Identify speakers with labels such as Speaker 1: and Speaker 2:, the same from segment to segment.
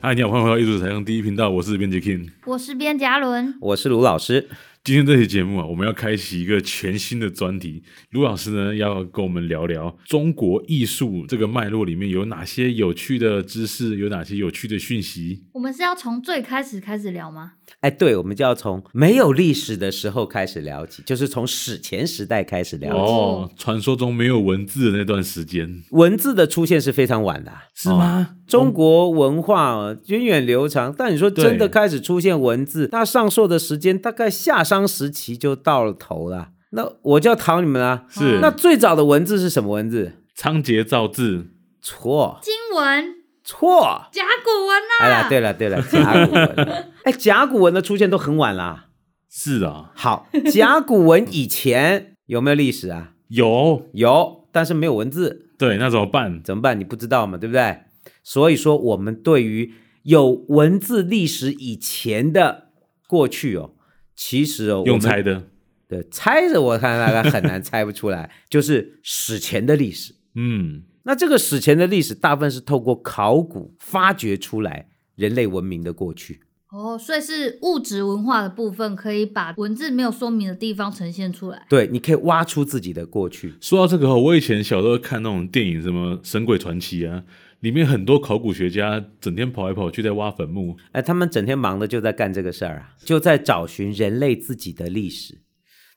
Speaker 1: 嗨，你好，欢迎回到艺术采用第一频道，我是编辑 King。
Speaker 2: 我是边嘉伦，
Speaker 3: 我是卢老师，
Speaker 1: 今天这期节目啊，我们要开启一个全新的专题。卢老师呢，要跟我们聊聊中国艺术这个脉络里面有哪些有趣的知识，有哪些有趣的讯息。
Speaker 2: 我们是要从最开始开始聊吗？
Speaker 3: 哎，对，我们就要从没有历史的时候开始聊起，就是从史前时代开始聊起。
Speaker 1: 哦，传说中没有文字的那段时间，哦
Speaker 3: 文字的出现是非常晚的啊、
Speaker 1: 是吗？
Speaker 3: 中国文化哦源远流长，但你说
Speaker 1: 嗯
Speaker 3: 真
Speaker 1: 对
Speaker 3: 的开始出现文字，那上溯的时间大概夏商时期就到了头了。那我就要考你们啦、
Speaker 1: 是
Speaker 3: 那最早的文字是什么文字？
Speaker 1: 仓颉造字，
Speaker 3: 错
Speaker 2: 金文、
Speaker 3: 错！
Speaker 2: 甲骨文
Speaker 3: 哎
Speaker 2: 啊，
Speaker 3: 呀，对了对了，甲 骨文。哎，甲骨文的出现都很晚啦。
Speaker 1: 是啊，
Speaker 3: 好，甲骨文以前有没有历史啊？
Speaker 1: 有
Speaker 3: 有，但是没有文字。
Speaker 1: 对，那怎么办？
Speaker 3: 怎么办？你不知道嘛，对不对？所以说，我们对于有文字历史以前的过去哦，其实哦，
Speaker 1: 用
Speaker 3: 我们
Speaker 1: 猜的，
Speaker 3: 对猜着，我看大概很难猜不 出来，就是史前的历史。
Speaker 1: 嗯，
Speaker 3: 那这个史前的历史，大部分是透过考古发掘出来人类文明的过去。
Speaker 2: 哦，所以是物质文化的部分，可以把文字没有说明的地方呈现出来。
Speaker 3: 对，你可以挖出自己的过去。
Speaker 1: 说到这个哦，我以前小时候看那种电影，什么《神鬼传奇》啊，里面很多考古学家整天跑来跑去在挖坟墓。
Speaker 3: 哎，他们整天忙的就在干这个事儿啊，就在找寻人类自己的历史。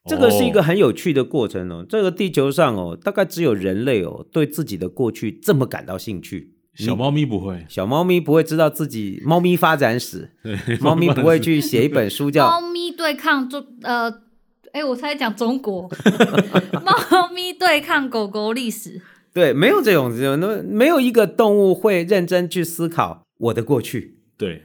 Speaker 3: 这个是一个很有趣的过程哦。这个地球上哦，大概只有人类哦对自己的过去这么感到兴趣。
Speaker 1: 小猫咪不会，
Speaker 3: 小猫咪不会知道自己猫咪发展史，猫咪不会去写一本书
Speaker 2: 猫
Speaker 3: 叫
Speaker 2: 咪对抗中呃，哎，我才讲中国，猫咪对抗狗狗历史，
Speaker 3: 对，没有这种这种，那没有一个动物会认真去思考我的过去。
Speaker 1: 对，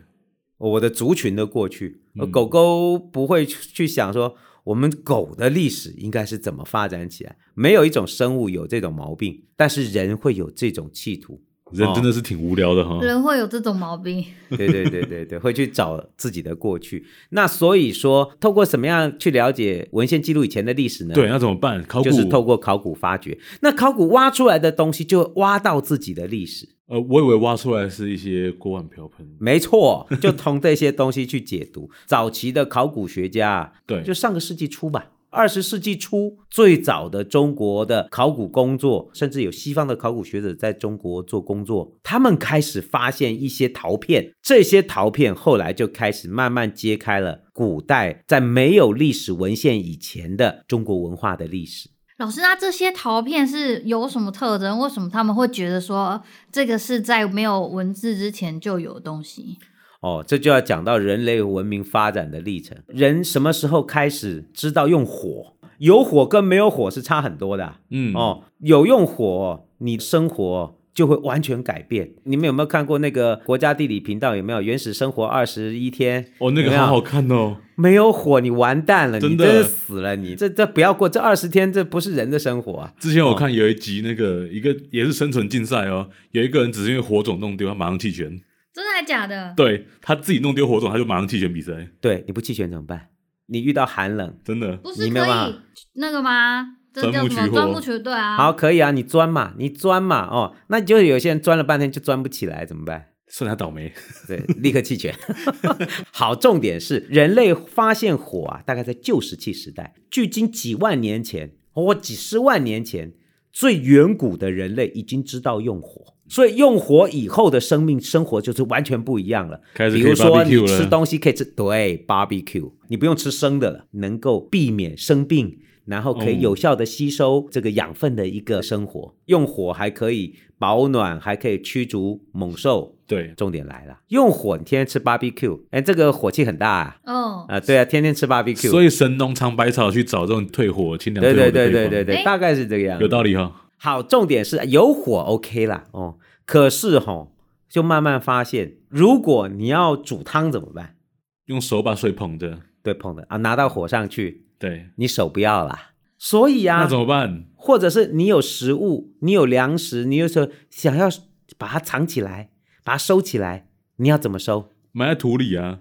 Speaker 3: 我的族群的过去，
Speaker 1: 嗯
Speaker 3: 呃狗狗不会去去想说我们狗的历史应该是怎么发展起来，没有一种生物有这种毛病，但是人会有这种企图。
Speaker 1: 人真的是挺无聊的哈。
Speaker 2: 人会有这种毛病。
Speaker 3: 对对对对对，会去找自己的过去。那所以说，透过什么样去了解文献记录以前的历史呢？
Speaker 1: 对，，那怎么办？考古、
Speaker 3: 就是透过考古发掘。那考古挖出来的东西，就挖到自己的历史。
Speaker 1: 呃，我以为挖出来是一些锅碗瓢盆，
Speaker 3: 没错，就从这些东西去解读。早期的考古学家啊，
Speaker 1: 对
Speaker 3: 就上个世纪初吧，二十世纪初最早的中国的考古工作，甚至有西方的考古学者在中国做工作，他们开始发现一些陶片，这些陶片后来就开始慢慢揭开了古代在没有历史文献以前的中国文化的历史。
Speaker 2: 老师，那这些陶片是有什么特征？为什么他们会觉得说这个是在没有文字之前就有的东西？
Speaker 3: 哦，这就要讲到人类文明发展的历程。人什么时候开始知道用火？有火跟没有火是差很多的啊、
Speaker 1: 嗯，
Speaker 3: 哦。有用火，你生活就会完全改变。你们有没有看过那个国家地理频道？有没有《原始生活二十一天》？
Speaker 1: 哦，那
Speaker 3: 有没
Speaker 1: 个
Speaker 3: 有
Speaker 1: 好好看哦，
Speaker 3: 没有火，你完蛋了，
Speaker 1: 真
Speaker 3: 你
Speaker 1: 的
Speaker 3: 真是死了你！这这不要过这二十天，这不是人的生活啊！
Speaker 1: 之前我看有一集，那个一个也是生存竞赛哦，有一个人只是因为火种弄丢，他马上弃权。
Speaker 2: 真的还假的？
Speaker 1: 对他自己弄丢火种，他就马上弃权比赛，
Speaker 3: 对，你不弃权怎么办？你遇到寒冷，
Speaker 1: 真的。
Speaker 2: 不是
Speaker 3: 你没
Speaker 2: 可
Speaker 3: 有办
Speaker 2: 以
Speaker 3: 法
Speaker 2: 那个吗？这叫什
Speaker 1: 钻木取
Speaker 2: 么？
Speaker 1: 火
Speaker 2: 钻木取对啊。
Speaker 3: 好，可以啊，你钻嘛，你钻嘛，哦，那就有些人钻了半天就钻不起来，怎么办？
Speaker 1: 算他倒霉，
Speaker 3: 对，立刻弃权。 好，重点是人类发现火啊，大概在旧石器时代，距今几万年前或几十万年前，最远古的人类已经知道用火，所以用火以后的生命生活就是完全不一样了。
Speaker 1: 开始
Speaker 3: 比
Speaker 1: 可以
Speaker 3: 如说
Speaker 1: barbecue
Speaker 3: 你吃
Speaker 1: 了
Speaker 3: 东西可以吃，对，barbecue，你不用吃生的了，能够避免生病。然后可
Speaker 1: 哦
Speaker 3: 以有效的吸收这个养分的一个生活，用火还可以保暖，还可以驱逐猛兽，
Speaker 1: 对，
Speaker 3: 重点来了，用火你天天吃 barbecue，哎，这个火气很大啊！
Speaker 2: 哦，
Speaker 3: 啊、对啊，天天吃 barbecue，
Speaker 1: 所
Speaker 3: 以
Speaker 1: 以神农尝百草去找这种退火、清凉退
Speaker 3: 对
Speaker 1: 火的
Speaker 3: 对对对
Speaker 1: 地方
Speaker 3: 对对，
Speaker 2: 哎
Speaker 3: 大概是这个样
Speaker 1: 有
Speaker 3: 子。
Speaker 1: 道理哈。
Speaker 3: 好，重点是有火 OK 啦，哦，可是吼、就慢慢发现，如果你要煮汤怎么办？
Speaker 1: 用手把水捧着，
Speaker 3: 对，碰的啊，拿到火上去，
Speaker 1: 对，
Speaker 3: 你手不要啦。所以
Speaker 1: 那
Speaker 3: 啊
Speaker 1: 怎，么办？
Speaker 3: 或者是你有食物，你有粮食，你有时候想要把它藏起来，把它收起来，你要怎么收？
Speaker 1: 埋在土里啊，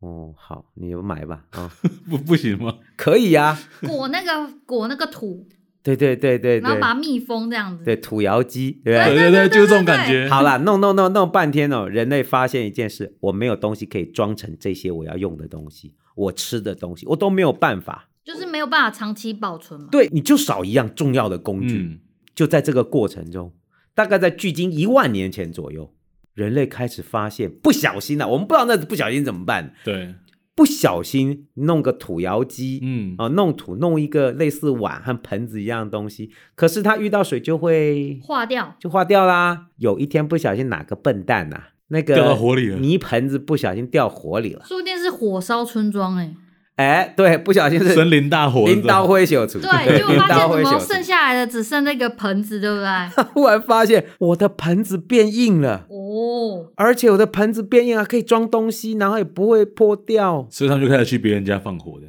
Speaker 3: 哦，好，你就买吧，啊、哦，
Speaker 1: 不不行吗？
Speaker 3: 可以呀、啊
Speaker 2: 裹那个裹那个土，
Speaker 3: 对对对对
Speaker 2: 然后
Speaker 3: 对
Speaker 2: 把它密封这样子。
Speaker 3: 对，土窑鸡，对不
Speaker 1: 对对
Speaker 3: 对？
Speaker 2: 对对
Speaker 1: 就是这种
Speaker 2: 对
Speaker 1: 感觉。
Speaker 3: 好啦，弄弄弄弄半天哦，人类发现一件事，我没有东西可以装成这些我要用的东西，我吃的东西，我都没有办法。
Speaker 2: 就是没有办法长期保存嘛。
Speaker 3: 对，你就少一样重要的工具。
Speaker 1: 嗯，
Speaker 3: 就在这个过程中，大概在距今一万年前左右，人类开始发现，不小心啊了、我们不知道那不小心怎么办，
Speaker 1: 对，
Speaker 3: 不小心弄个土窑机，
Speaker 1: 嗯，
Speaker 3: 啊，弄土弄一个类似碗和盆子一样的东西，可是它遇到水就会
Speaker 2: 化掉，
Speaker 3: 就化掉啦。有一天不小心哪个笨蛋呐、那个
Speaker 1: 掉到火里了
Speaker 3: 泥盆子不小心掉火里了。
Speaker 2: 说不定是火烧村庄 哎、
Speaker 3: 哎，对，不小心是
Speaker 1: 森林大火，。
Speaker 3: 拎刀挥袖处，
Speaker 2: 对，结果发
Speaker 3: 刀
Speaker 2: 现
Speaker 3: 挥
Speaker 2: 怎
Speaker 3: 袖
Speaker 2: 么
Speaker 3: 处
Speaker 2: 剩下来的只剩那个盆子，对不对？
Speaker 3: 忽然发现我的盆子变硬了，
Speaker 2: 哦，
Speaker 3: 而且我的盆子变硬啊，可以装东西，然后也不会破掉
Speaker 1: 所以他们就开始去别人家放火的。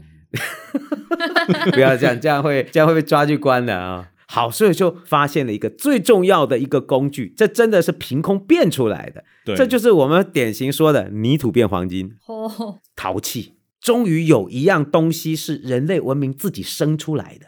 Speaker 3: 不要这样，这样会这样会被抓去关的啊。好，所以就发现了一个最重要的一个工具，这真的是凭空变出来的。
Speaker 1: 对，
Speaker 3: 这就是我们典型说的泥土变黄金，
Speaker 2: 哦，
Speaker 3: 陶器。终于有一样东西是人类文明自己生出来的，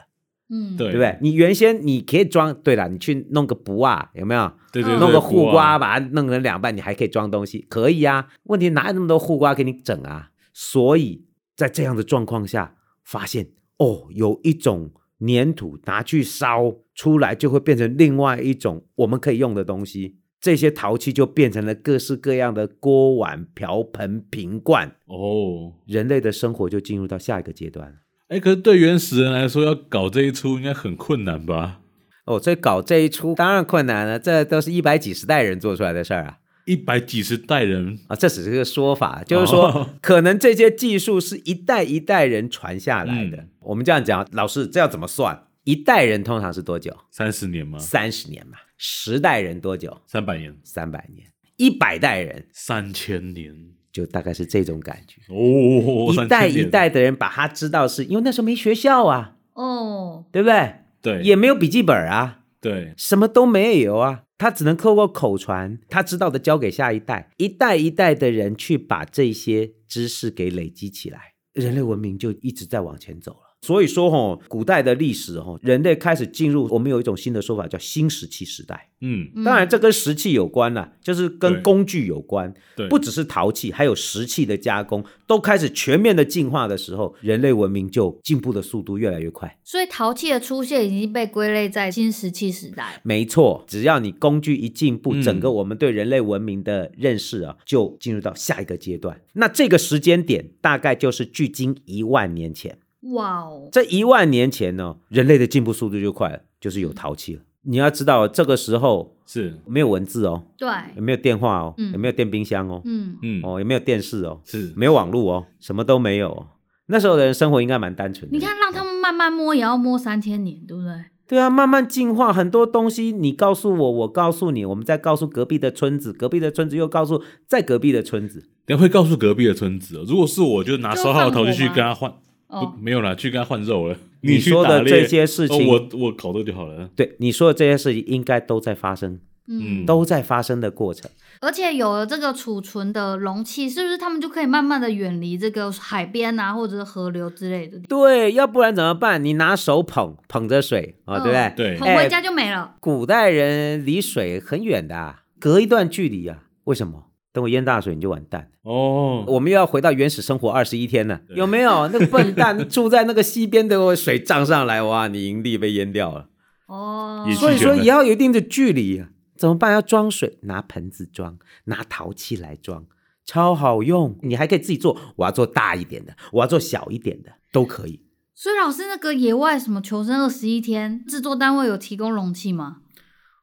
Speaker 2: 嗯，
Speaker 1: 对
Speaker 3: 对不对？你原先你可以装，对了，你去弄个布啊，有没有？
Speaker 1: 对对，对啊
Speaker 3: 弄个护瓜，
Speaker 1: 瓜，
Speaker 3: 把它弄成两半，你还可以装东西，可以啊。问题哪有那么多护瓜给你整啊？所以在这样的状况下，发现哦，有一种粘土拿去烧出来，就会变成另外一种我们可以用的东西。这些陶器就变成了各式各样的锅碗瓢盆瓶罐，
Speaker 1: 哦，
Speaker 3: 人类的生活就进入到下一个阶段了。
Speaker 1: 哎，可是对原始人来说，要搞这一出应该很困难吧？
Speaker 3: 哦，所以搞这一出当然困难了，这都是一百几十代人做出来的事儿啊。
Speaker 1: 一百几十代人，
Speaker 3: 啊，这只是个说法，就是说，
Speaker 1: 哦
Speaker 3: 可能这些技术是一代一代人传下来的。
Speaker 1: 嗯
Speaker 3: 我们这样讲，老师，这要怎么算？一代人通常是多久？
Speaker 1: 三十年吗？
Speaker 3: 三十年嘛。十代人多久？
Speaker 1: 三百年，
Speaker 3: 三百年。一百代人
Speaker 1: 三千年，
Speaker 3: 就大概是这种感觉。
Speaker 1: 哦，
Speaker 3: 一代一
Speaker 1: 3000年，
Speaker 3: 代的人把他知道是，因为那时候没学校啊，
Speaker 2: 哦，
Speaker 3: 对不对？
Speaker 1: 对，
Speaker 3: 也没有笔记本啊，
Speaker 1: 对，
Speaker 3: 什么都没有啊，他只能透过口传，他知道的交给下一代，一代一代的人去把这些知识给累积起来，人类文明就一直在往前走了。所以说，吼，古代的历史，吼，人类开始进入我们有一种新的说法叫新石器时代。
Speaker 1: 嗯，
Speaker 2: 嗯
Speaker 3: 当然，这跟石器有关啦、就是
Speaker 1: 对
Speaker 3: 跟工具有关，
Speaker 1: 对，
Speaker 3: 不只是陶器，还有石器的加工，都开始全面的进化的时候，人类文明就进步的速度越来越快。
Speaker 2: 所以陶器的出现已经被归类在新石器时代。
Speaker 3: 没错，只要你工具一进步，
Speaker 1: 嗯
Speaker 3: 整个我们对人类文明的认识啊，就进入到下一个阶段。那这个时间点大概就是距今一万年前。
Speaker 2: 哇哦，
Speaker 3: 这一万年前呢，人类的进步速度就快了，就是有陶器了。你要知道，这个时候
Speaker 1: 是，
Speaker 3: 没有文字哦，
Speaker 2: 对，
Speaker 3: 也没有电话哦，
Speaker 2: 嗯
Speaker 3: 也没有电冰箱哦，
Speaker 2: 嗯，
Speaker 1: 嗯，
Speaker 3: 哦，也没有电视哦，
Speaker 1: 是，
Speaker 3: 没有网络哦，什么都没有、哦。那时候的人生活应该蛮单纯的。
Speaker 2: 你看，让他们慢慢摸也要摸三千年，对不对？
Speaker 3: 对啊，慢慢进化，很多东西你告诉我，我告诉你，我们再告诉隔壁的村子，隔壁的村子又告诉再隔壁的村子，
Speaker 1: 等一下会告诉隔壁的村子哦，如果是我就拿
Speaker 2: 就
Speaker 1: 烧烤
Speaker 2: 放
Speaker 1: 头
Speaker 2: 火
Speaker 1: 去去
Speaker 2: 吗
Speaker 1: 跟他换，不
Speaker 2: 哦，
Speaker 1: 没有啦，去跟他换肉了。
Speaker 3: 你
Speaker 1: 去
Speaker 3: 说
Speaker 1: 打
Speaker 3: 的
Speaker 1: 猎
Speaker 3: 这些事
Speaker 1: 哦
Speaker 3: 情
Speaker 1: 我我烤肉就好了。
Speaker 3: 对你说的这些事情应该都在发生，
Speaker 2: 嗯，
Speaker 1: 嗯，
Speaker 3: 都在发生的过程。
Speaker 2: 而且有了这个储存的容器，是不是他们就可以慢慢的远离这个海边啊，或者是河流之类的？
Speaker 3: 对，要不然怎么办？你拿手捧捧着水啊、
Speaker 2: 嗯
Speaker 3: 对不对？
Speaker 1: 对
Speaker 2: 捧回家就没了。
Speaker 3: 古代人离水很远的、啊，隔一段距离啊。为什么？等我淹大水你就完蛋。
Speaker 1: 哦，
Speaker 3: 我们又要回到原始生活二十一天了，
Speaker 1: 对
Speaker 3: 有没有？那个笨蛋住在那个溪边的水涨上来，哇，你营地被淹掉了。
Speaker 2: 哦，
Speaker 1: 也是
Speaker 3: 所以
Speaker 1: 觉
Speaker 3: 说
Speaker 1: 得
Speaker 3: 也要有一定的距离、啊，怎么办？要装水，拿盆子装，拿陶器来装，超好用。你还可以自己做，我要做大一点的，我要做小一点的，都可以。
Speaker 2: 所以老师，那个野外什么求生二十一天，制作单位有提供容器吗？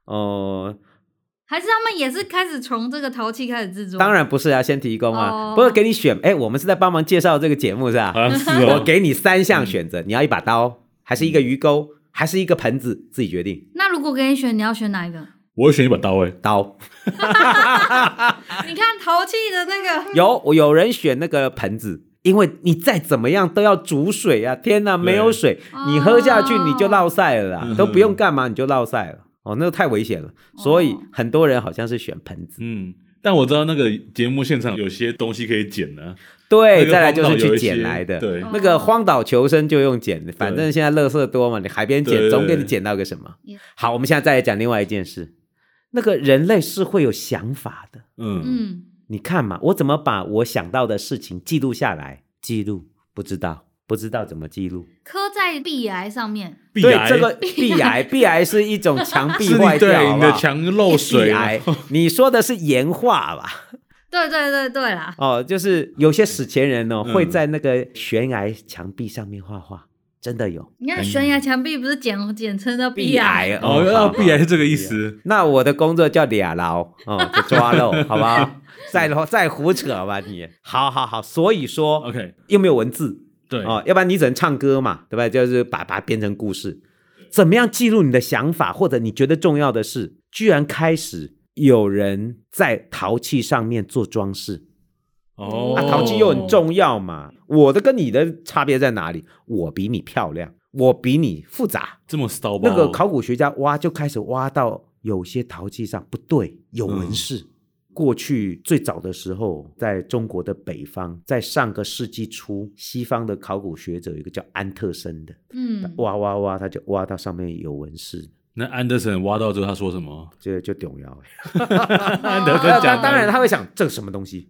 Speaker 3: 哦、
Speaker 2: 还是他们也是开始从这个陶器开始制作？
Speaker 3: 当然不是啊，先提供啊，
Speaker 2: 哦
Speaker 3: 不是给你选。哎，我们是在帮忙介绍这个节目是吧？
Speaker 1: 好像是
Speaker 3: 我
Speaker 1: 哦。
Speaker 3: 给你三项选择，你要一把刀，还是一个鱼钩，还是一个盆子，自己决定。
Speaker 2: 那如果给你选，你要选哪一个？
Speaker 1: 我会选一把刀欸诶，
Speaker 3: 刀
Speaker 2: 你看陶器的那个，
Speaker 3: 有我有人选那个盆子，因为你再怎么样都要煮水啊！天哪，没有水，你喝下去
Speaker 2: 哦
Speaker 3: 你就落晒了啦，
Speaker 1: 嗯
Speaker 3: 都不用干嘛你就落晒了。哦，那个太危险了，所以
Speaker 2: 哦
Speaker 3: 很多人好像是选盆子。
Speaker 1: 嗯，但我知道那个节目现场有些东西可以剪呢、那
Speaker 3: 对，
Speaker 1: 个
Speaker 3: 再来就
Speaker 1: 荒
Speaker 3: 是
Speaker 1: 岛有
Speaker 3: 去
Speaker 1: 一
Speaker 3: 捡
Speaker 1: 些
Speaker 3: 来的。
Speaker 1: 对
Speaker 3: 那个荒岛求生就用捡，反正现在垃圾多嘛，你海边
Speaker 1: 对
Speaker 3: 捡
Speaker 1: 对
Speaker 3: 总给你
Speaker 1: 对
Speaker 3: 捡到个什么
Speaker 2: 也。
Speaker 3: 好，我们现在再来讲另外一件事，那个人类是会有想法的。
Speaker 1: 嗯，
Speaker 2: 嗯，
Speaker 3: 你看嘛，我怎么把我想到的事情记录下来？记录不知道，不知道怎么记录。
Speaker 2: 刻在壁癌上面，
Speaker 1: 壁
Speaker 3: 对
Speaker 1: 癌
Speaker 3: 这个 壁癌，壁癌是一种墙壁
Speaker 1: 是
Speaker 3: 坏
Speaker 1: 你
Speaker 3: 掉，
Speaker 1: 对
Speaker 3: 好
Speaker 1: 你
Speaker 3: 不
Speaker 1: 的
Speaker 3: 好
Speaker 1: 墙漏水啊
Speaker 3: 壁
Speaker 1: 了
Speaker 3: 癌，你说的是岩画吧？
Speaker 2: 对对对对啦，
Speaker 3: 哦，就是有些史前人哦，
Speaker 1: 嗯
Speaker 3: 会在那个悬崖墙壁上面画画，真的有
Speaker 2: 你看悬崖墙壁不是简简称叫壁癌？
Speaker 1: 哦，
Speaker 3: 好
Speaker 1: 要
Speaker 3: 好
Speaker 1: 壁癌是这个意思。
Speaker 3: 那我的工作叫俩牢哦，就抓漏，好 不好？再再胡扯吧你，好好好，所以说
Speaker 1: OK，
Speaker 3: 又没有文字
Speaker 1: 对，
Speaker 3: 哦，要不然你只能唱歌嘛，对吧？就是把把它编成故事，怎么样记录你的想法或者你觉得重要的事？居然开始有人在陶器上面做装饰，
Speaker 1: 哦，
Speaker 3: 啊，淘气又很，重要嘛。我的跟你的差别在哪里？我比你漂亮，我比你复杂。
Speaker 1: 这么骚包哦。
Speaker 3: 那个考古学家挖就开始挖到有些陶器上不对，有纹饰。过去最早的时候，在中国的北方，在上个世纪初，西方的考古学者有一个叫安特森的，
Speaker 2: 嗯，
Speaker 3: 挖挖挖，他就挖到上面有纹饰，
Speaker 1: 那安德森挖到之后，他说什么？
Speaker 3: 就就动摇了。
Speaker 2: 安
Speaker 1: 德森
Speaker 3: 那
Speaker 1: 讲
Speaker 3: 当当然他会想，这什么东西？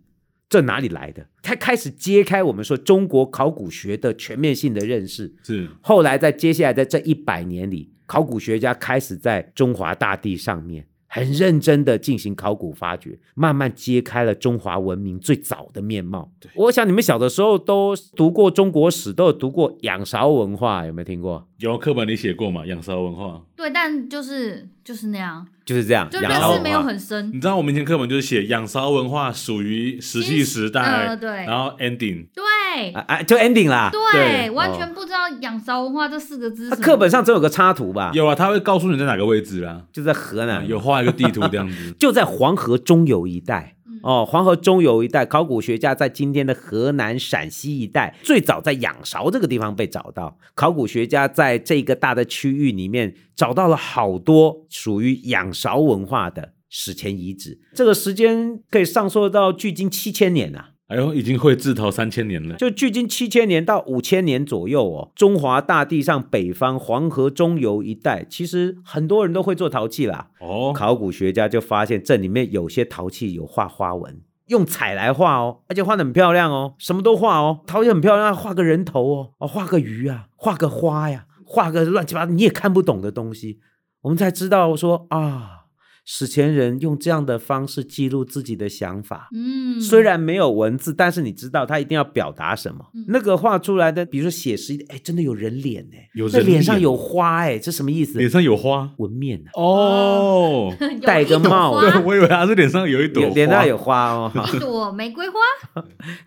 Speaker 3: 这哪里来的？他开始揭开我们说中国考古学的全面性的认识。
Speaker 1: 是
Speaker 3: 后来在接下来在这一百年里，考古学家开始在中华大地上面很认真的进行考古发掘，慢慢揭开了中华文明最早的面貌。我想你们小的时候都读过中国史，都有读过仰韶文化，有没有听过？
Speaker 1: 有课本里写过嘛？仰韶文化，
Speaker 2: 对，但就是就是那样，
Speaker 3: 就是这样，
Speaker 2: 就
Speaker 3: 仰韶
Speaker 2: 认识
Speaker 3: 文
Speaker 2: 没有
Speaker 3: 化。嗯
Speaker 2: 很深
Speaker 1: 你，知道我们以前课本就是写仰韶文化属于石器时代，
Speaker 2: 嗯对
Speaker 1: 然后 ending，
Speaker 2: 对
Speaker 3: 啊啊，就 ending 啦。
Speaker 1: 对
Speaker 2: 对，完全不知道仰韶文化这四个字
Speaker 3: 哦他
Speaker 2: 是什么。
Speaker 3: 课本上真有个插图吧？
Speaker 1: 有啊，他会告诉你在哪个位置啦，
Speaker 3: 就在河南，。
Speaker 1: 有画一个地图这样子
Speaker 3: 就在黄河中游一带。哦，黄河中游一带，考古学家在今天的河南、陕西一带，最早在仰韶这个地方被找到。考古学家在这个大的区域里面找到了好多属于仰韶文化的史前遗址，这个时间可以上溯到距今七千年啊。
Speaker 1: 哎呦，已经会自陶三千 年了。
Speaker 3: 就距今七千年到五千年左右哦，中华大地上北方黄河中游一带，其实很多人都会做陶器啦。
Speaker 1: 哦，
Speaker 3: 考古学家就发现这里面有些陶器有画花纹，用彩来画哦，而且画的很漂亮哦，什么都画哦，陶器很漂亮，画个人头哦，哦，画个鱼啊，画个花呀，画个乱七八糟你也看不懂的东西，我们才知道说啊，史前人用这样的方式记录自己的想法。
Speaker 2: 嗯，
Speaker 3: 虽然没有文字，但是你知道他一定要表达什么。
Speaker 2: 嗯
Speaker 3: 那个画出来的，比如说写实一点，哎，真的有人脸哎，
Speaker 1: 有
Speaker 3: 这
Speaker 1: 人
Speaker 3: 脸上
Speaker 1: 脸
Speaker 3: 有花哎，这什么意思？
Speaker 1: 脸上有花
Speaker 3: 纹面啊。
Speaker 1: 哦。
Speaker 2: 有
Speaker 3: 戴个
Speaker 2: 一朵
Speaker 3: 帽
Speaker 2: 花
Speaker 3: 子
Speaker 1: 对，我以为他是脸上有一朵
Speaker 3: 脸
Speaker 1: 花，
Speaker 3: 脸上有花哦， 哈
Speaker 2: 一朵玫瑰花。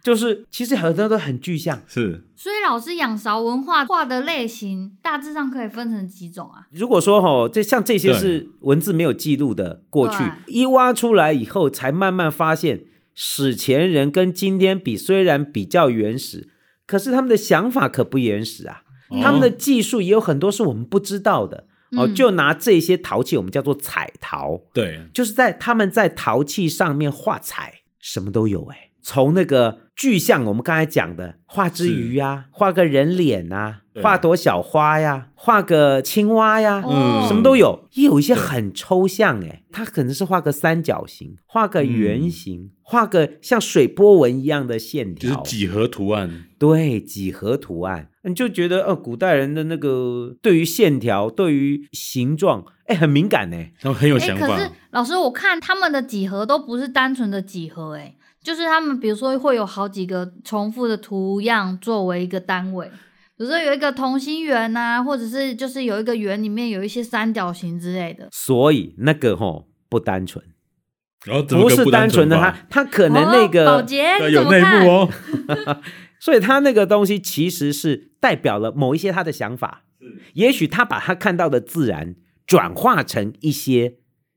Speaker 3: 就是其实很多都很具象。
Speaker 1: 是
Speaker 2: 所以老师仰韶文化画的类型大致上可以分成几种啊？
Speaker 3: 如果说哈、这像这些
Speaker 1: 对
Speaker 3: 是文字没有记录的，过去
Speaker 2: 对
Speaker 3: 一挖出来以后，才慢慢发现史前人跟今天比，虽然比较原始，可是他们的想法可不原始啊，
Speaker 1: 哦
Speaker 3: 他们的技术也有很多是我们不知道的。哦，
Speaker 2: 嗯
Speaker 3: 就拿这些陶器，我们叫做彩陶，
Speaker 1: 对
Speaker 3: 就是在他们在陶器上面画彩，什么都有哎、从那个具象，我们刚才讲的画只鱼啊，画个人脸啊，
Speaker 1: 对嗯
Speaker 3: 画朵小花呀，画个青蛙呀，
Speaker 2: 哦
Speaker 3: 什么都有。也有一些很抽象哎、它可能是画个三角形，画个圆形，画个像水波纹一样的线
Speaker 1: 嗯就是
Speaker 3: 条，
Speaker 1: 几何图案，
Speaker 3: 对几何图案，你就觉得哦，古代人的那个对于线条、对于形状，哎，很敏感哎、
Speaker 1: 他们很有
Speaker 2: 哎、
Speaker 1: 想
Speaker 2: 可是
Speaker 1: 法。
Speaker 2: 老师，我看他们的几何都不是单纯的几何、哎，就是他们比如说会有好几个重复的图样作为一个单位，比如说有一个同心圆呐、或者是就是有一个圆里面有一些三角形之类的。
Speaker 3: 所以那个吼、不单纯，
Speaker 1: 然后怎么个
Speaker 3: 是单纯的
Speaker 1: 法
Speaker 3: 他，他可能那个，呃
Speaker 2: 哦、宝洁
Speaker 1: 对
Speaker 2: 你
Speaker 1: 有
Speaker 2: 怎么
Speaker 1: 内
Speaker 2: 看
Speaker 1: 幕？哦，
Speaker 3: 所以他那个东西其实是代表了某一些他的想法，也许他把他看到的自然转化成一些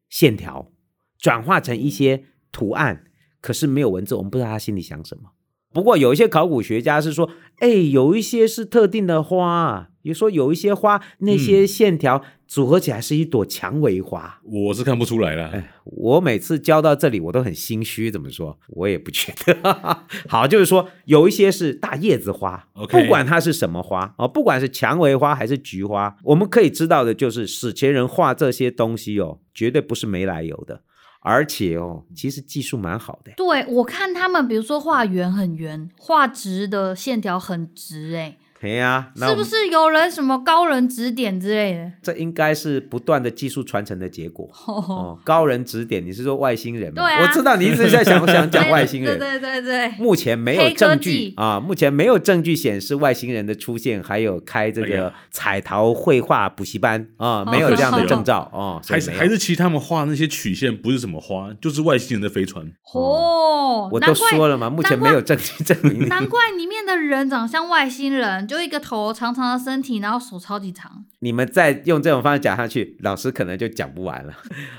Speaker 3: 线条，转化成一些图案，可是没有文字，我们不知道他心里想什么。不过有一些考古学家是说，哎，有一些是特定的花啊，比如说有一些花那些
Speaker 1: 嗯
Speaker 3: 线条组合起来是一朵蔷薇花。
Speaker 1: 我是看不出来啦。
Speaker 3: 哎，我每次教到这里，我都很心虚。怎么说？我也不觉得。 好，就是说有一些是大叶子花
Speaker 1: OK
Speaker 3: 不管它是什么花哦，不管是蔷薇花还是菊花，我们可以知道的就是，史前人画这些东西哦，绝对不是没来由的，而且哦，其实技术蛮好的。
Speaker 2: 对我看他们，比如说画圆很圆，画直的线条很直、欸，
Speaker 3: 哎呀、那
Speaker 2: 是
Speaker 3: 我
Speaker 2: 不
Speaker 3: 们
Speaker 2: 是有人什么高人指点之类的？
Speaker 3: 这应该是不断的技术传承的结果。
Speaker 2: 哦，
Speaker 3: 哦，高人指点，你是说外星人
Speaker 2: 对
Speaker 3: 吗？
Speaker 2: 啊哎
Speaker 3: 我知道你一直 在想想讲外星人，
Speaker 2: 对对对对，
Speaker 3: 目前没有
Speaker 2: 黑科
Speaker 3: 证
Speaker 2: 技
Speaker 3: 据啊，目前没有证据显示外星人的出现，还有开这
Speaker 1: 哎
Speaker 3: 个
Speaker 1: 呀
Speaker 3: 彩陶绘画补习班啊，
Speaker 2: 哦
Speaker 3: 没有这样的证照哦，所
Speaker 1: 还
Speaker 3: 以
Speaker 1: 是
Speaker 3: 没有
Speaker 1: 还是其实他们画那些曲线不是什么花，就是外星人的飞船。
Speaker 2: 哦，
Speaker 3: 我
Speaker 2: 难
Speaker 3: 都
Speaker 2: 怪
Speaker 3: 说了嘛，目前没有证据证明。
Speaker 2: 难怪里面的人长像外星人，就一个头长长的身体，然后手超级长。
Speaker 3: 你们再用这种方式讲下去，老师可能就讲 不完了。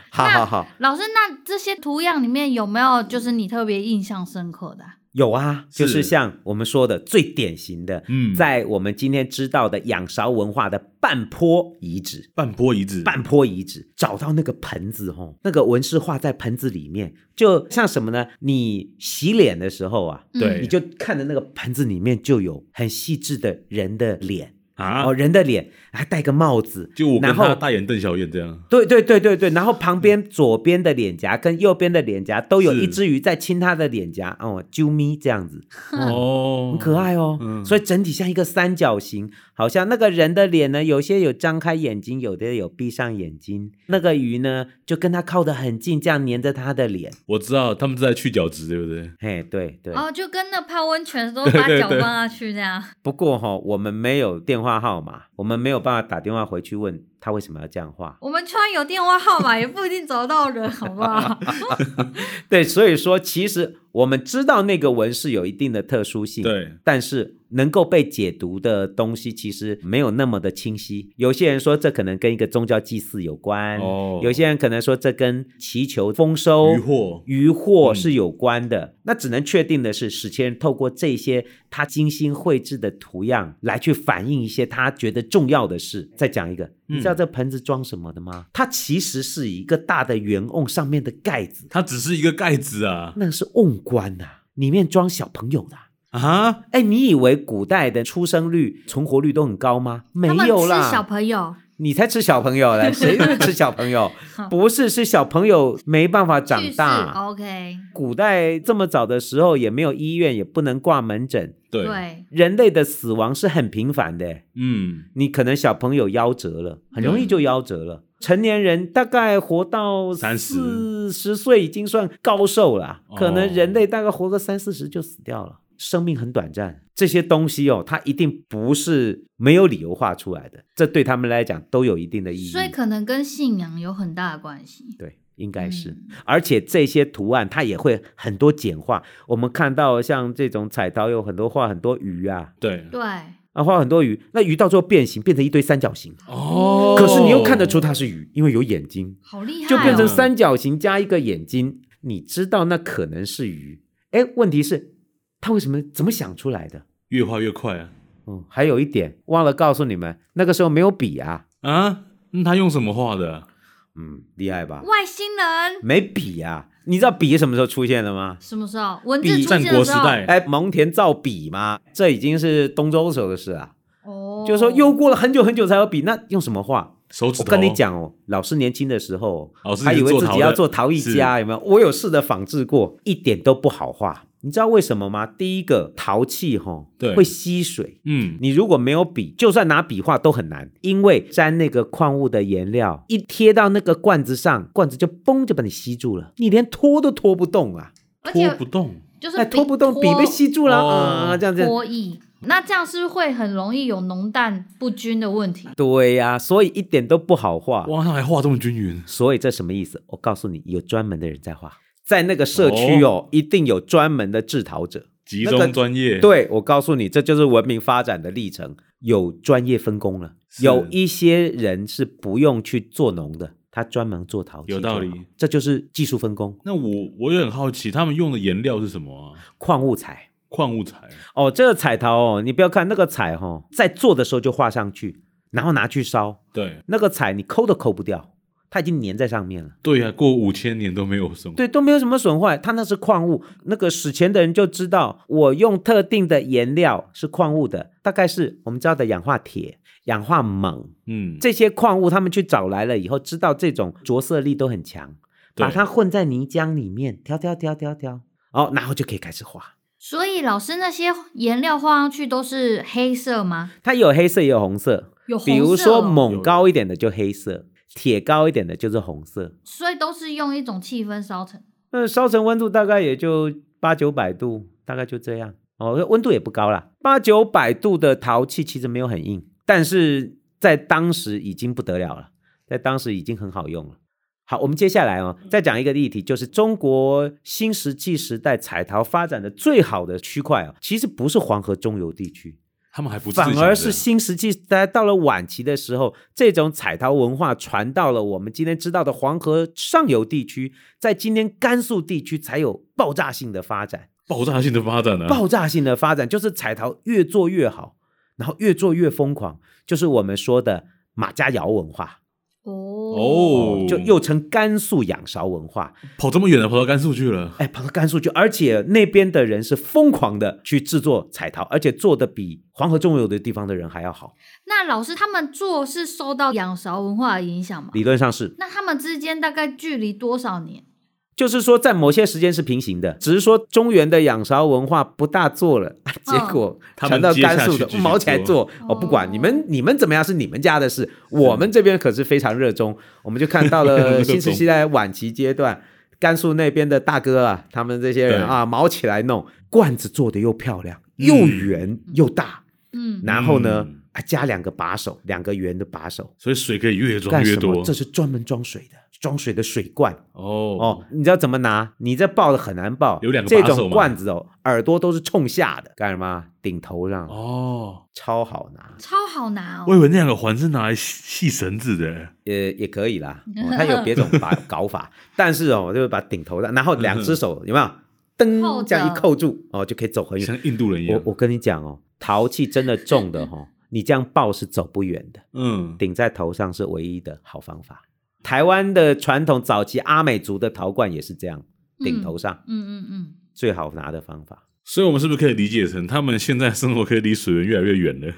Speaker 3: 好好好，
Speaker 2: 老师，那这些图样里面有没有就是你特别印象深刻的啊、
Speaker 3: 有啊，就是
Speaker 1: 是
Speaker 3: 像我们说的最典型的，
Speaker 1: 嗯
Speaker 3: 在我们今天知道的仰韶文化的半坡遗址。
Speaker 1: 半坡遗址，
Speaker 3: 半坡遗址，找到那个盆子哦，那个纹饰画在盆子里面，就像什么呢？你洗脸的时候啊，
Speaker 2: 嗯
Speaker 1: 对
Speaker 3: 你就看着那个盆子里面就有很细致的人的脸。
Speaker 1: 啊
Speaker 3: 哦，，人的脸，还戴个帽子，
Speaker 1: 就我跟
Speaker 3: 然
Speaker 1: 他
Speaker 3: 后
Speaker 1: 大眼瞪小眼这样。
Speaker 3: 对对对对对，然后旁边左边的脸颊跟右边的脸颊都有
Speaker 1: 是
Speaker 3: 一只鱼在亲他的脸颊，哦，啾咪这样子，
Speaker 1: 哦，
Speaker 3: 很可爱哦。
Speaker 1: 嗯
Speaker 3: 所以整体像一个三角形，好像那个人的脸呢，有些有张开眼睛，有的有闭上眼睛。那个鱼呢，就跟它靠得很近，这样粘着它的脸。
Speaker 1: 我知道他们是在去角质，对不对？
Speaker 3: 嘿，对对。
Speaker 2: 然哦后就跟那泡温泉的时候把脚放下去那样。
Speaker 3: 不过哈、我们没有电话号码，我们没有办法打电话回去问他为什么要这样画。
Speaker 2: 我们就算有电话号码，也不一定找到人，好不好？
Speaker 3: 对，所以说其实我们知道那个纹饰有一定的特殊性。。
Speaker 1: 对，
Speaker 3: 但是能够被解读的东西其实没有那么的清晰。有些人说这可能跟一个宗教祭祀有关，
Speaker 1: 哦
Speaker 3: 有些人可能说这跟祈求丰收、
Speaker 1: 渔获嗯
Speaker 3: 渔获是有关的。那只能确定的是，史前人透过这些他精心绘制的图样来去反映一些他觉得重要的事。再讲一个，
Speaker 1: 嗯
Speaker 3: 你知道这盆子装什么的吗？它其实是一个大的圆瓮上面的盖子，
Speaker 1: 它只是一个盖子啊
Speaker 3: 那是瓮棺呐、里面装小朋友的啊、
Speaker 1: 啊！
Speaker 3: 哎，你以为古代的出生率、存活率都很高吗？ 没
Speaker 2: 他们
Speaker 3: 有
Speaker 2: 吃小
Speaker 3: 啦，
Speaker 2: 朋友，
Speaker 3: 你才吃小朋 友嘞，谁会吃小朋友
Speaker 2: 好？
Speaker 3: 不是，是小朋友没办法长
Speaker 2: 去世
Speaker 3: 大。
Speaker 2: OK，
Speaker 3: 古代这么早的时候也没有医院，也不能挂门诊，
Speaker 1: 对，
Speaker 2: 对，
Speaker 3: 人类的死亡是很频繁的。
Speaker 1: 嗯，
Speaker 3: 你可能小朋友夭折了，很容易就夭折了。成年人大概活到四
Speaker 1: 30
Speaker 3: 十岁已经算高寿了啊，
Speaker 1: 哦
Speaker 3: 可能人类大概活个三四十就死掉了。生命很短暂，这些东西哦，它一定不是没有理由画出来的，这对他们来讲都有一定的意义
Speaker 2: 所。以可能跟信仰有很大的关系。
Speaker 3: 对，应该是。
Speaker 2: 嗯
Speaker 3: 而且这些图案它也会很多简化，我们看到像这种彩陶有很多画很多鱼啊，
Speaker 1: 对，
Speaker 2: 对，
Speaker 3: 啊画很多鱼，那鱼到最后变形变成一堆三角形。
Speaker 1: 哦
Speaker 3: 可是你又看得出它是鱼，因为有眼睛，
Speaker 2: 好厉害、哦，
Speaker 3: 就变成三角形加一个眼睛，你知道那可能是鱼。哎，问题是它为什么怎么想出来的？
Speaker 1: 越画越快啊
Speaker 3: 嗯，还有一点忘了告诉你们，那个时候没有笔啊，
Speaker 1: 啊！那他用什么画的？啊
Speaker 3: 嗯，厉害吧？
Speaker 2: 外星人。
Speaker 3: 没笔啊，你知道笔什么时候出现的吗？
Speaker 2: 什么时候文字
Speaker 3: 比
Speaker 2: 出
Speaker 1: 战
Speaker 2: 现
Speaker 1: 国
Speaker 2: 的时
Speaker 1: 时
Speaker 2: 候？
Speaker 1: 代
Speaker 3: 哎，蒙恬造笔嘛，这已经是东周时候的事啊，
Speaker 2: 哦，
Speaker 3: 就是说又过了很久很久才有笔，那用什么画？
Speaker 1: 手指
Speaker 3: 我
Speaker 1: 头？哦
Speaker 3: 跟你，讲哦，老师年轻的时候
Speaker 1: 老，师
Speaker 3: 他以为自己要做陶艺
Speaker 1: 也是做陶
Speaker 3: 家，有没有？我有试着仿制过，一点都不好画。你知道为什么吗？第一个，陶器哈、
Speaker 1: 对
Speaker 3: 会吸水。
Speaker 1: 嗯，
Speaker 3: 你如果没有笔，就算拿笔画都很难，因为沾那个矿物的颜料一贴到那个罐子上，罐子就嘣就把你吸住了，你连拖都拖不动啊！
Speaker 2: 而
Speaker 1: 拖
Speaker 2: 且
Speaker 1: 不动，
Speaker 2: 就是
Speaker 3: 那哎拖不动，笔
Speaker 2: 拖
Speaker 3: 被吸住了
Speaker 1: 哦
Speaker 3: 啊、这样子。
Speaker 2: 脱衣，那这样是不是会很容易有浓淡不均的问题。
Speaker 3: 对呀、所以一点都不好画。
Speaker 1: 哇，他还画这么均匀，
Speaker 3: 所以这什么意思？我告诉你，有专门的人在画，在那个社区哦，一定有专门的制陶者。
Speaker 1: 集
Speaker 3: 那个
Speaker 1: 中专业，，
Speaker 3: 对我告诉你，这就是文明发展的历程，有专业分工了。
Speaker 1: 是
Speaker 3: 有一些人是不用去做农的，他专门做陶器。
Speaker 1: 有道理，
Speaker 3: 这就是技术分工，
Speaker 1: 那我我也很好奇，他们用的颜料是什么啊？
Speaker 3: 矿物材。
Speaker 1: 矿物彩，
Speaker 3: 哦，这个彩陶哦，你不要看那个彩哦，在做的时候就画上去，然后拿去烧，
Speaker 1: 对
Speaker 3: 那个彩你抠都抠不掉，它已经粘在上面了。
Speaker 1: 对呀、过五千年都没有什么，
Speaker 3: 对，都没有什么损坏，它那是矿物。那个史前的人就知道，我用特定的颜料是矿物的，大概是我们知道的氧化铁、氧化锰
Speaker 1: 嗯，
Speaker 3: 这些矿物，他们去找来了以后，知道这种着色力都很强，
Speaker 1: 对
Speaker 3: 把它混在泥浆里面，挑挑挑挑挑，哦，然后就可以开始画。
Speaker 2: 所以老师那些颜料画上去都是黑色吗？
Speaker 3: 它有黑色，也有红色，
Speaker 2: 有红色、哦
Speaker 3: 比如说
Speaker 2: 某，
Speaker 3: 锰高一点的就黑色，铁高一点的就是红色。
Speaker 2: 所以都是用一种气氛烧成。
Speaker 3: 那烧成温度大概也就八九百度，大概就这样哦，温度也不高啦，八九百度的陶器其实没有很硬，但是在当时已经不得了了，在当时已经很好用了。好，我们接下来哦，再讲一个例题，就是中国新石器时代彩陶发展的最好的区块哦，其实不是黄河中游地区，
Speaker 1: 他们还不自
Speaker 3: 反
Speaker 1: 己
Speaker 3: 而
Speaker 1: 的
Speaker 3: 是新石器，大家到了晚期的时候，这种彩陶文化传到了我们今天知道的黄河上游地区，在今天甘肃地区才有爆炸性的发展。
Speaker 1: 爆炸性的发展呢、啊，
Speaker 3: 爆炸性的发展就是彩陶越做越好，然后越做越疯狂，就是我们说的马家窑文化，
Speaker 2: 哦
Speaker 1: 哦
Speaker 3: 就又称甘肃仰韶文化。
Speaker 1: 跑这么远了，跑到甘肃去了，
Speaker 3: 哎，跑到甘肃去，而且那边的人是疯狂的去制作彩陶，而且做的比黄河中游的地方的人还要好。
Speaker 2: 那老师他们做是受到仰韶文化的影响吗？
Speaker 3: 理论上是。
Speaker 2: 那他们之间大概距离多少年？
Speaker 3: 就是说，在某些时间是平行的，只是说中原的仰韶文化不大做了，啊 结果
Speaker 1: 他
Speaker 3: 传
Speaker 1: 们
Speaker 3: 到
Speaker 1: 接下
Speaker 3: 甘肃
Speaker 1: 去
Speaker 3: 的
Speaker 1: 继续
Speaker 3: 毛起来做。
Speaker 2: 哦
Speaker 3: 哦，不管你们你们怎么样是你们家的事，我们这边可是非常热衷。我们就看到
Speaker 1: 热
Speaker 3: 了
Speaker 1: 衷
Speaker 3: 新石器在晚期阶段，甘肃那边的大哥啊，他们这些人
Speaker 1: 对
Speaker 3: 啊，毛起来弄罐子做的又漂亮，又圆又大，
Speaker 2: 嗯，
Speaker 3: 然后呢
Speaker 1: 嗯，
Speaker 3: 啊加两个把手，两个圆的把手，
Speaker 1: 所以水可以越装
Speaker 3: 干
Speaker 1: 越
Speaker 3: 什么？
Speaker 1: 多
Speaker 3: 这。是专门装水的，装水的水罐。
Speaker 1: 哦
Speaker 3: 哦，你知道怎么拿？你这爆的很难爆，
Speaker 1: 有两个
Speaker 3: 这
Speaker 1: 把手
Speaker 3: 种
Speaker 1: 吗
Speaker 3: 罐子哦，耳朵都是冲下的，干什么？顶头上，
Speaker 1: 哦，
Speaker 3: 超好拿，
Speaker 2: 超好拿
Speaker 1: 我
Speaker 2: 哦。
Speaker 1: 以为那两个环是拿来系系绳子的，
Speaker 3: 呃，也可 以啦。哦、它有别种法搞法，但是哦，就是把顶头上，然后两 只手有没有？
Speaker 2: 扣
Speaker 3: 噔，
Speaker 2: 着
Speaker 3: 这样一扣住哦，就可以走很远。
Speaker 1: 像印度人一样
Speaker 3: 我。我跟你讲哦，陶器真的重的 哦，你这样爆是走不远的，
Speaker 1: 嗯，
Speaker 3: 顶在头上是唯一的好方法。台湾的传统早期阿美族的陶罐也是这样，顶头上、
Speaker 2: 嗯嗯嗯，
Speaker 3: 最好拿的方法。
Speaker 1: 所以我们是不是可以理解成他们现在生活可以离水源越来越远了？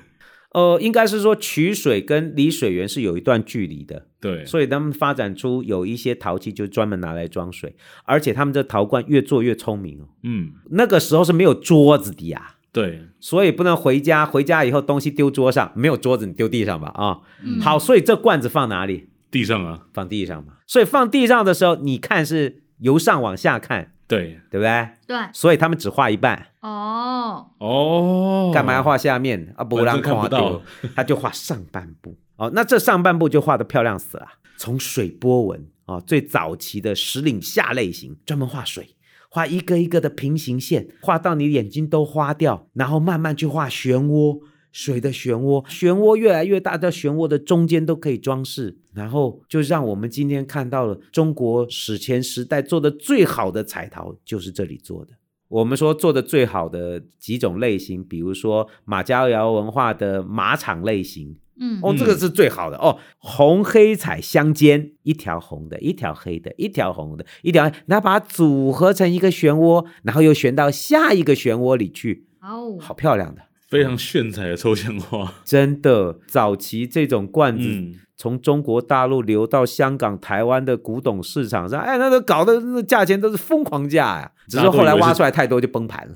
Speaker 3: 呃，应该是说取水跟离水源是有一段距离的，
Speaker 1: 对，
Speaker 3: 所以他们发展出有一些陶器就专门拿来装水，而且他们这陶罐越做越聪明哦。
Speaker 1: 嗯，
Speaker 3: 那个时候是没有桌子的呀，
Speaker 1: 对，
Speaker 3: 所以不能回家，回家以后东西丢桌上，没有桌子你丢地上吧啊。
Speaker 2: 嗯
Speaker 3: 好，所以这罐子放哪里？
Speaker 1: 地上啊，
Speaker 3: 放地上嘛。所以放地上的时候，你看是由上往下看，
Speaker 1: 对，
Speaker 3: 对不对？
Speaker 2: 对
Speaker 3: 所以他们只画一半，
Speaker 2: 哦，
Speaker 1: 哦，
Speaker 3: 干嘛要？画下面啊？不
Speaker 1: 反
Speaker 3: 让
Speaker 1: 正看不到，
Speaker 3: 他就画上半部。哦，那这上半部就画的漂亮死了。从水波纹啊、哦，最早期的石岭下类型，专门画水，画一个一个的平行线，画到你眼睛都花掉，然后慢慢去画漩涡，水的漩涡，漩涡越来越大，到漩涡的中间都可以装饰，然后就让我们今天看到了中国史前时代做的最好的彩陶，就是这里做的。我们说做的最好的几种类型，比如说马家窑文化的马场类型，
Speaker 2: 嗯，
Speaker 3: 哦，这个是最好的哦，红黑彩相间，一条红的，一条黑的，一条红的，一条，然后把它组合成一个漩涡，然后又旋到下一个漩涡里去，
Speaker 2: 哦，
Speaker 3: 好漂亮的，
Speaker 1: 非常炫彩的抽象画。
Speaker 3: 真的。早期这种罐子、
Speaker 1: 嗯，
Speaker 3: 从中国大陆流到香港、台湾的古董市场上，哎，那都搞的那价钱都是疯狂价呀、只是后来挖出来太多就 崩盘了。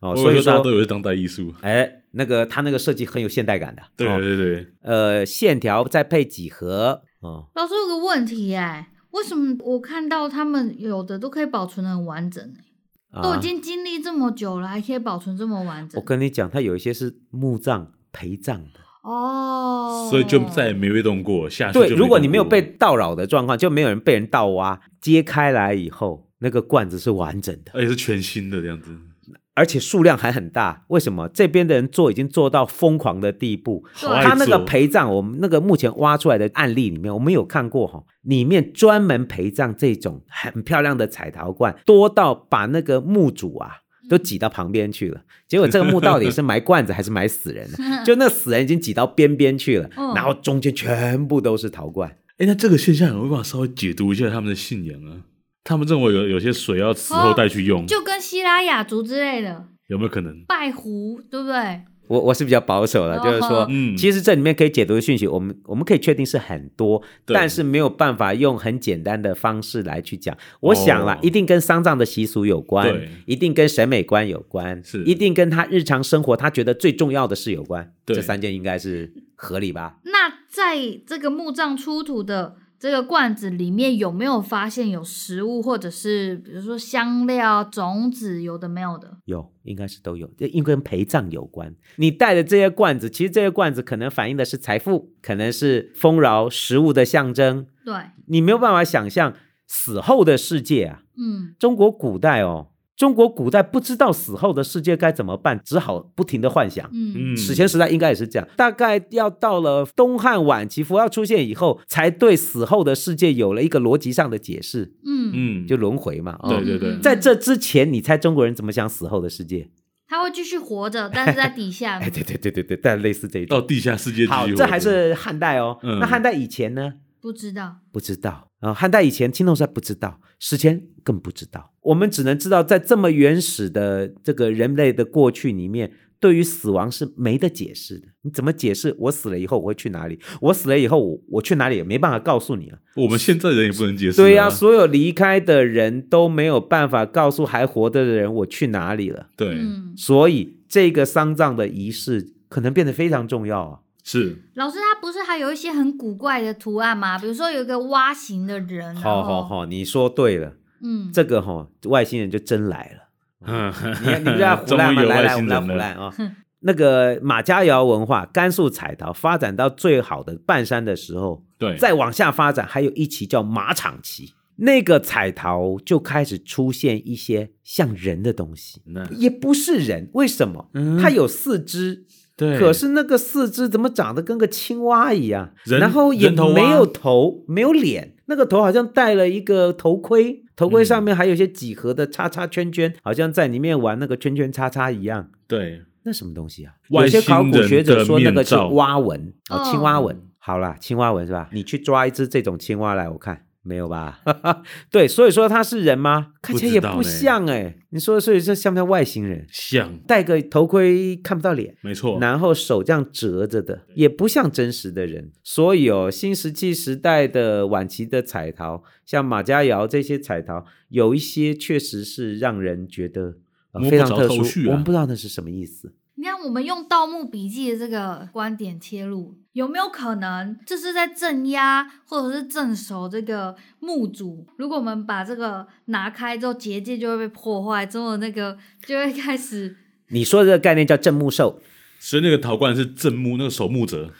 Speaker 3: 哦，
Speaker 1: 我
Speaker 3: 所
Speaker 1: 所
Speaker 3: 以
Speaker 1: 以大家
Speaker 3: 说
Speaker 1: 都，以为是当代艺术。
Speaker 3: 哎，那个它那个设计很有现代感的，
Speaker 1: 对
Speaker 3: 哦
Speaker 1: 对对，
Speaker 3: 呃，线条再配几何，哦，
Speaker 2: 老师有个问题哎、为什么我看到他们有的都可以保存的很完整、欸
Speaker 3: 啊
Speaker 2: 都已经经历这么久了，还可以保存这么完
Speaker 3: 我
Speaker 2: 整？
Speaker 3: 跟你讲，它有一些是墓葬陪葬的。
Speaker 2: 哦，
Speaker 1: 所以就再也没被动过下啊去就没
Speaker 3: 对，
Speaker 1: 动过。
Speaker 3: 如果你没有被盗扰的状况，就没有人被人盗挖。揭开来以后，那个罐子是完整的，
Speaker 1: 而且是全新的这样子，
Speaker 3: 而且数量还很大。为什么？这边的人做已经做到疯狂的地步。
Speaker 1: 好
Speaker 2: 对啊
Speaker 1: 爱
Speaker 3: 他那个
Speaker 1: 做
Speaker 3: 陪葬，我们那个目前挖出来的案例里面，我们有看过哈，里面专门陪葬这种很漂亮的彩陶罐，多到把那个墓主啊都挤到旁边去了。结果这个墓到底是埋罐子还是埋死人呢？ 就那死人已经挤到边边去了，
Speaker 2: 嗯
Speaker 3: 然后中间全部都是陶罐。
Speaker 1: 哎，那这个现象有没有办法稍微解读一下他们的信仰啊？他们认为有有些水要死后带去用，
Speaker 2: 哦就跟希拉雅族之类的
Speaker 1: 有没有可能？
Speaker 2: 拜胡，对不对？
Speaker 3: 我我是比较保守了，
Speaker 2: 哦
Speaker 3: 就是说，
Speaker 1: 嗯
Speaker 3: 其实这里面可以解读的讯息，我们我们可以确定是很多，
Speaker 1: 对
Speaker 3: 但是没有办法用很简单的方式来去讲。我想啦，
Speaker 1: 哦
Speaker 3: 一定跟丧葬的习俗有关
Speaker 1: 对，
Speaker 3: 一定跟审美观有关，
Speaker 1: 是
Speaker 3: 一定跟他日常生活他觉得最重要的事有关。
Speaker 1: 对
Speaker 3: 这三件应该是合理吧？
Speaker 2: 那在这个墓葬出土的这个罐子里面，有没有发现有食物，或者是比如说香料、啊种子，有的没有的？
Speaker 3: 有，应该是都有，这因为跟陪葬有关。你带的这些罐子，其实这些罐子可能反映的是财富，可能是丰饶、食物的象征。
Speaker 2: 对，
Speaker 3: 你没有办法想象死后的世界啊！
Speaker 2: 嗯，
Speaker 3: 中国古代哦，中国古代不知道死后的世界该怎么办，只好不停的幻想。
Speaker 2: 嗯，
Speaker 1: 嗯，
Speaker 3: 史前时代应该也是这样，大概要到了东汉晚期，佛教出现以后，才对死后的世界有了一个逻辑上的解释，
Speaker 2: 嗯，
Speaker 1: 嗯，
Speaker 3: 就轮回嘛。哦
Speaker 1: 对，对对
Speaker 2: 嗯，
Speaker 3: 在这之前，你猜中国人怎么想死后的世界？
Speaker 2: 他会继续活着，但是在底下
Speaker 3: 哎，，对对对对对，但类似这一种。
Speaker 1: 到地下世界继续
Speaker 3: 好，
Speaker 1: 活着。
Speaker 3: 这还是汉代哦。
Speaker 1: 嗯
Speaker 3: 那汉代以前呢？
Speaker 2: 不知道。
Speaker 3: 不知道啊、汉代以前青铜时代不知道，史前更不知道。我们只能知道，在这么原始的这个人类的过去里面，对于死亡是没得解释的。你怎么解释？我死了以后我会去哪里？我死了以后我我去哪里？也没办法告诉你啊。
Speaker 1: 我们现在人也不能解释、啊
Speaker 3: 对啊呀、所有离开的人都没有办法告诉还活着的人我去哪里了。
Speaker 1: 对，
Speaker 2: 嗯，
Speaker 3: 所以这个丧葬的仪式可能变得非常重要啊。
Speaker 1: 是
Speaker 2: 老师，他不是还有一些很古怪的图案吗？比如说有一个蛙形的人，
Speaker 3: 好
Speaker 2: 然后
Speaker 3: 好，好，你说对了。
Speaker 2: 嗯，
Speaker 3: 这个哈、外星人就真来 了。
Speaker 1: 嗯，
Speaker 3: 你看你们在胡
Speaker 1: 终
Speaker 3: 乱吗？
Speaker 1: 于有
Speaker 3: 来
Speaker 1: 外
Speaker 3: 来，我
Speaker 1: 星
Speaker 3: 们来
Speaker 1: 人
Speaker 3: 胡
Speaker 1: 了
Speaker 3: 乱啊！那个马家窑文化，甘肃彩陶发展到最好的半山的时候，
Speaker 1: 对，
Speaker 3: 再往下发展，还有一期叫马场期，那个彩陶就开始出现一些像人的东西，
Speaker 1: 那
Speaker 3: 也不是人，为什么？
Speaker 1: 嗯
Speaker 3: 它有四肢，
Speaker 1: 对，
Speaker 3: 可是那个四肢怎么长得跟个青蛙一样，
Speaker 1: 人
Speaker 3: 然后也
Speaker 1: 人头蛙
Speaker 3: 没有头，没有脸，那个头好像戴了一个头盔，头盔上
Speaker 1: 嗯
Speaker 3: 面还有一些几何的叉叉圈圈，好像在里面玩那个圈圈叉叉一样。
Speaker 1: 对，
Speaker 3: 那什么东西啊？有
Speaker 1: 外
Speaker 3: 些
Speaker 1: 星
Speaker 3: 考古学者说那个是
Speaker 1: 人的面罩
Speaker 3: 蛙纹哦，
Speaker 2: 哦
Speaker 3: 青蛙纹。好啦，青蛙纹是吧？你去抓一只这种青蛙来，我看没有吧？ 对，所以说它是人吗？看起来也不
Speaker 1: 不知道嘞
Speaker 3: 像哎、你说，所以这像不像外星人？
Speaker 1: 像，
Speaker 3: 戴个头盔看不到脸，
Speaker 1: 没错，
Speaker 3: 然后手这样折着的，也不像真实的人。所以哦，新石器时代的晚期的彩陶，像马家窑这些彩陶，有一些确实是让人觉得、呃
Speaker 1: 摸不
Speaker 3: 非常
Speaker 1: 着
Speaker 3: 特
Speaker 1: 头
Speaker 3: 殊，
Speaker 1: 绪啊
Speaker 3: 我们不知道那是什么意思。
Speaker 2: 你看，我们用《盗墓笔记》的这个观点切入，有没有可能这是在镇压或者是镇守这个墓主？如果我们把这个拿开之后，结界就会被破坏，之后那个就会开始
Speaker 3: 你说的这个概念叫镇墓兽，
Speaker 1: 所以那个陶罐是正木，那个守墓者，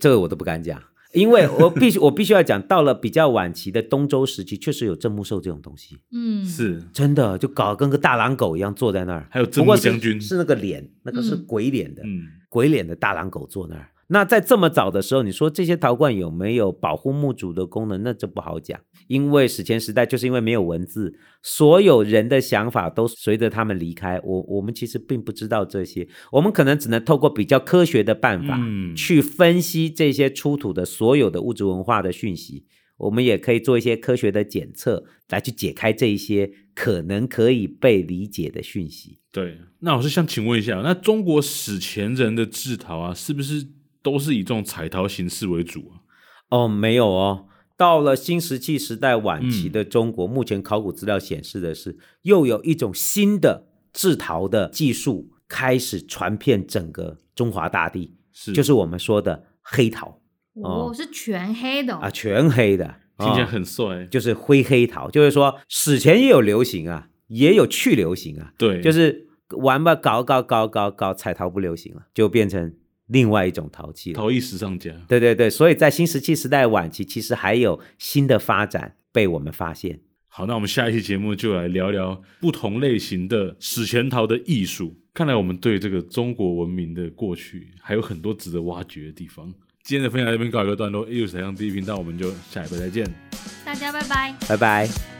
Speaker 3: 这个我都不敢讲，因为我必须 我必须要讲，到了比较晚期的东周时期，确实有镇墓兽这种东西。
Speaker 2: 嗯，
Speaker 1: 是
Speaker 3: 真的就搞得跟个大狼狗一样坐在那儿，
Speaker 1: 还有
Speaker 3: 不
Speaker 1: 镇
Speaker 3: 过
Speaker 1: 墓
Speaker 3: 是
Speaker 1: 将军
Speaker 3: 是那个脸，那个是
Speaker 2: 嗯
Speaker 3: 鬼脸的，
Speaker 1: 嗯，
Speaker 3: 鬼脸的大狼狗坐那儿。那在这么早的时候，你说这些陶罐有没有保护墓主的功能？那这不好讲，因为史前时代就是因为没有文字，所有人的想法都随着他们离开。我我们其实并不知道这些，我们可能只能透过比较科学的办法
Speaker 1: 嗯
Speaker 3: 去分析这些出土的所有的物质文化的讯息。我们也可以做一些科学的检测，来去解开这一些可能可以被理解的讯息。
Speaker 1: 对。那我是想请问一下，那中国史前人的制陶啊，是不是都是以这种彩陶形式为主啊？
Speaker 3: 哦，没有哦。到了新石器时代晚
Speaker 1: 嗯
Speaker 3: 期的中国，目前考古资料显示的是，又有一种新的制陶的技术开始传遍整个中华大地，
Speaker 1: 是，
Speaker 3: 就是我们说的黑陶
Speaker 2: 哦，是全黑的、哦
Speaker 3: 啊，全黑的，
Speaker 1: 听起来
Speaker 3: 啊
Speaker 1: 很帅，
Speaker 3: 就是灰黑陶，就是说史前也有流行啊，也有去流行啊，
Speaker 1: 对，
Speaker 3: 就是玩吧，搞搞搞搞搞，彩陶不流行了，就变成另外一种陶器了。
Speaker 1: 陶艺时尚家，
Speaker 3: 对对对，所以在新石器时代晚期，其实还有新的发展被我们发现。
Speaker 1: 好，那我们下一期节目就来聊聊不同类型的史前陶的艺术。看来我们对这个中国文明的过去还有很多值得挖掘的地方。今天的分享到这边告一个段落，艺术彩像第一频道，我们就下一拜再见。
Speaker 2: 大家拜拜。
Speaker 3: 拜拜。